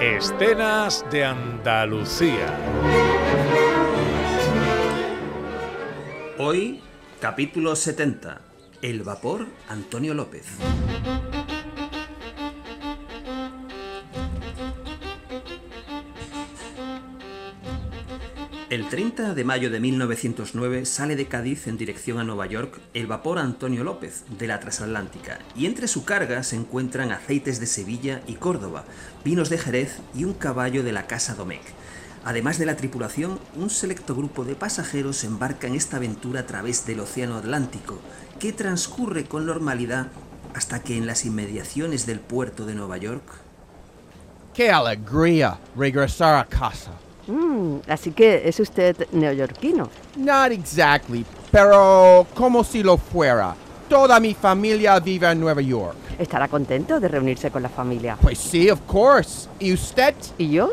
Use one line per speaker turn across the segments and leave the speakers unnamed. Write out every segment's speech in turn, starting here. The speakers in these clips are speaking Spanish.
Escenas de Andalucía.
Hoy, capítulo 70. El vapor Antonio López. El 30 de mayo de 1909 sale de Cádiz en dirección a Nueva York el vapor Antonio López de la Transatlántica y entre su carga se encuentran aceites de Sevilla y Córdoba, vinos de Jerez y un caballo de la Casa Domecq. Además de la tripulación, un selecto grupo de pasajeros se embarca en esta aventura a través del Océano Atlántico, que transcurre con normalidad hasta que en las inmediaciones del puerto de Nueva York...
¡Qué alegría regresar a casa!
Mm, así que es usted neoyorquino.
Not exactly, pero como si lo fuera. Toda mi familia vive en Nueva York.
Estará contento de reunirse con la familia.
Pues sí, of course. ¿Y usted?
¿Y yo?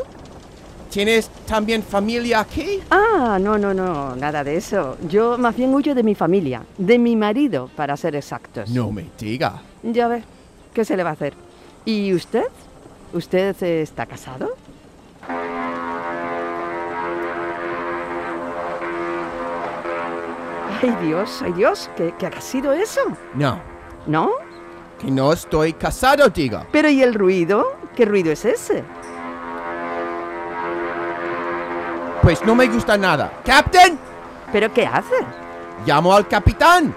¿Tienes también familia aquí?
Ah, no, no, no, nada de eso. Yo más bien huyo de mi familia, de mi marido, para ser exactos.
No me diga.
Ya ve, ¿qué se le va a hacer? ¿Y usted? ¿Usted eh, está casado? Ay Dios, ay Dios, ¿qué, qué ha sido eso?
No,
¿No?
que no estoy casado, diga.
Pero ¿y el ruido? ¿Qué ruido es ese?
Pues no me gusta nada. ¡Captain!
¿Pero qué hace?
Llamo al capitán.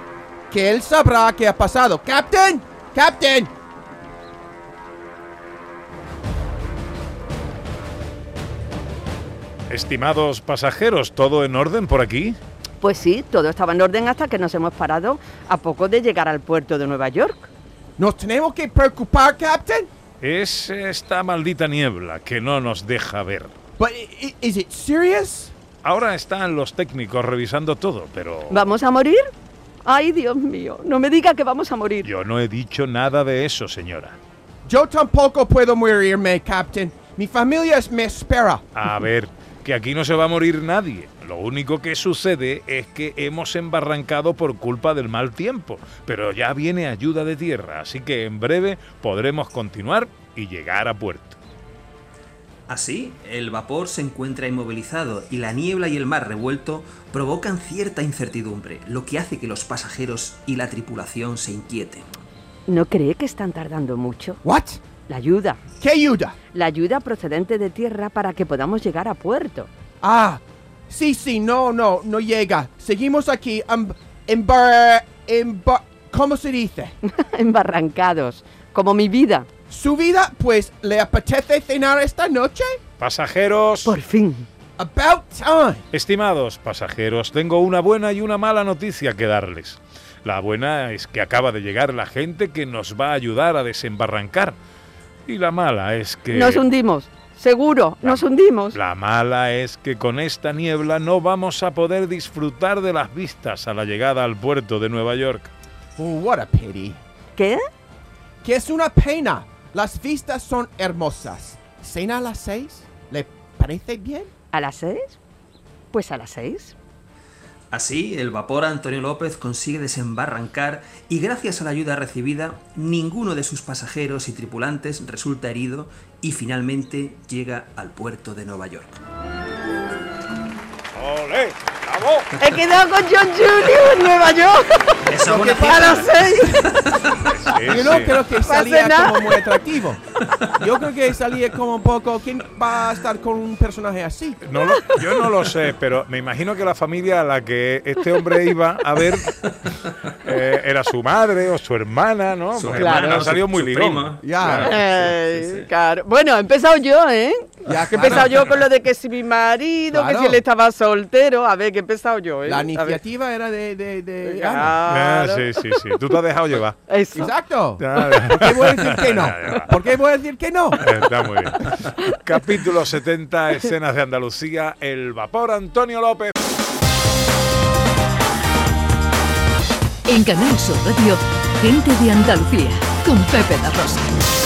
Que él sabrá qué ha pasado. ¡Captain! ¡Captain!
Estimados pasajeros, ¿todo en orden por aquí?
Pues sí, todo estaba en orden hasta que nos hemos parado a poco de llegar al puerto de Nueva York.
¿Nos tenemos que preocupar, Captain?
Es esta maldita niebla que no nos deja ver.
But i- i- is it serious?
Ahora están los técnicos revisando todo, pero
¿Vamos a morir? Ay Dios mío, no me diga que vamos a morir.
yo no he dicho nada de eso, señora.
Yo tampoco puedo morirme, Captain. Mi familia es- me espera.
A ver, que aquí no se va a morir nadie. Lo único que sucede es que hemos embarrancado por culpa del mal tiempo, pero ya viene ayuda de tierra, así que en breve podremos continuar y llegar a puerto.
Así, el vapor se encuentra inmovilizado y la niebla y el mar revuelto provocan cierta incertidumbre, lo que hace que los pasajeros y la tripulación se inquieten.
¿No cree que están tardando mucho?
What?
La ayuda,
¿Qué ayuda?
la ayuda procedente de tierra para que podamos llegar a puerto.
Ah, sí, sí, no, no, no llega. Seguimos aquí em- embar... embar... ¿Cómo se dice?
Embarrancados, como mi vida.
¿Su vida, pues, le apetece cenar esta noche?
Pasajeros,
Por fin.
About time.
estimados pasajeros, tengo una buena y una mala noticia que darles. La buena es que acaba de llegar la gente que nos va a ayudar a desembarrancar. Y la mala es que...
Nos hundimos, seguro,
La-
nos hundimos.
La mala es que con esta niebla no vamos a poder disfrutar de las vistas a la llegada al puerto de Nueva York.
Oh, what a pity.
¿Qué?
Que es una pena. Las vistas son hermosas. ¿Cena a las seis? ¿Le parece bien?
¿A las seis? Pues a las seis.
Así, el vapor Antonio López consigue desembarrancar y gracias a la ayuda recibida, ninguno de sus pasajeros y tripulantes resulta herido y finalmente llega al puerto de Nueva York.
¡Olé! ¡Bravo!
He quedado con John Jr. en Nueva York.
Eso es una
A las
fiesta.
seis.
Sí,
Yo no
sí.
creo que
Va a
salía
cenar.
como muy atractivo. Yo creo que salía como un poco... ¿Quién va a estar con un personaje así?
No lo- yo no lo sé, pero me imagino que la familia a la que este hombre iba a ver eh, era su madre o su hermana, ¿no?
Su
Porque
hermana,
ha salido
su-
muy
su
ligón.
prima.
Ya.
Claro.
Ay,
sí, sí.
claro. Bueno, he empezado yo, ¿eh?
Ya,
Que he
claro.
empezado yo con lo de que si mi marido,
Claro.
que si él estaba soltero. A ver, que he empezado yo, ¿eh?
La
A ver.
iniciativa era de... de, de Ana.
Claro.
Ah, sí, sí, sí. Tú te has dejado llevar.
Eso.
Exacto.
Ya,
¿Por qué voy a decir que no?
Ya, ya.
¿Por qué voy a decir que no?
Eh, Está muy bien. Capítulo 70, escenas de Andalucía, el vapor Antonio López.
En Canal Sur Radio, gente de Andalucía con Pepe da Rosa.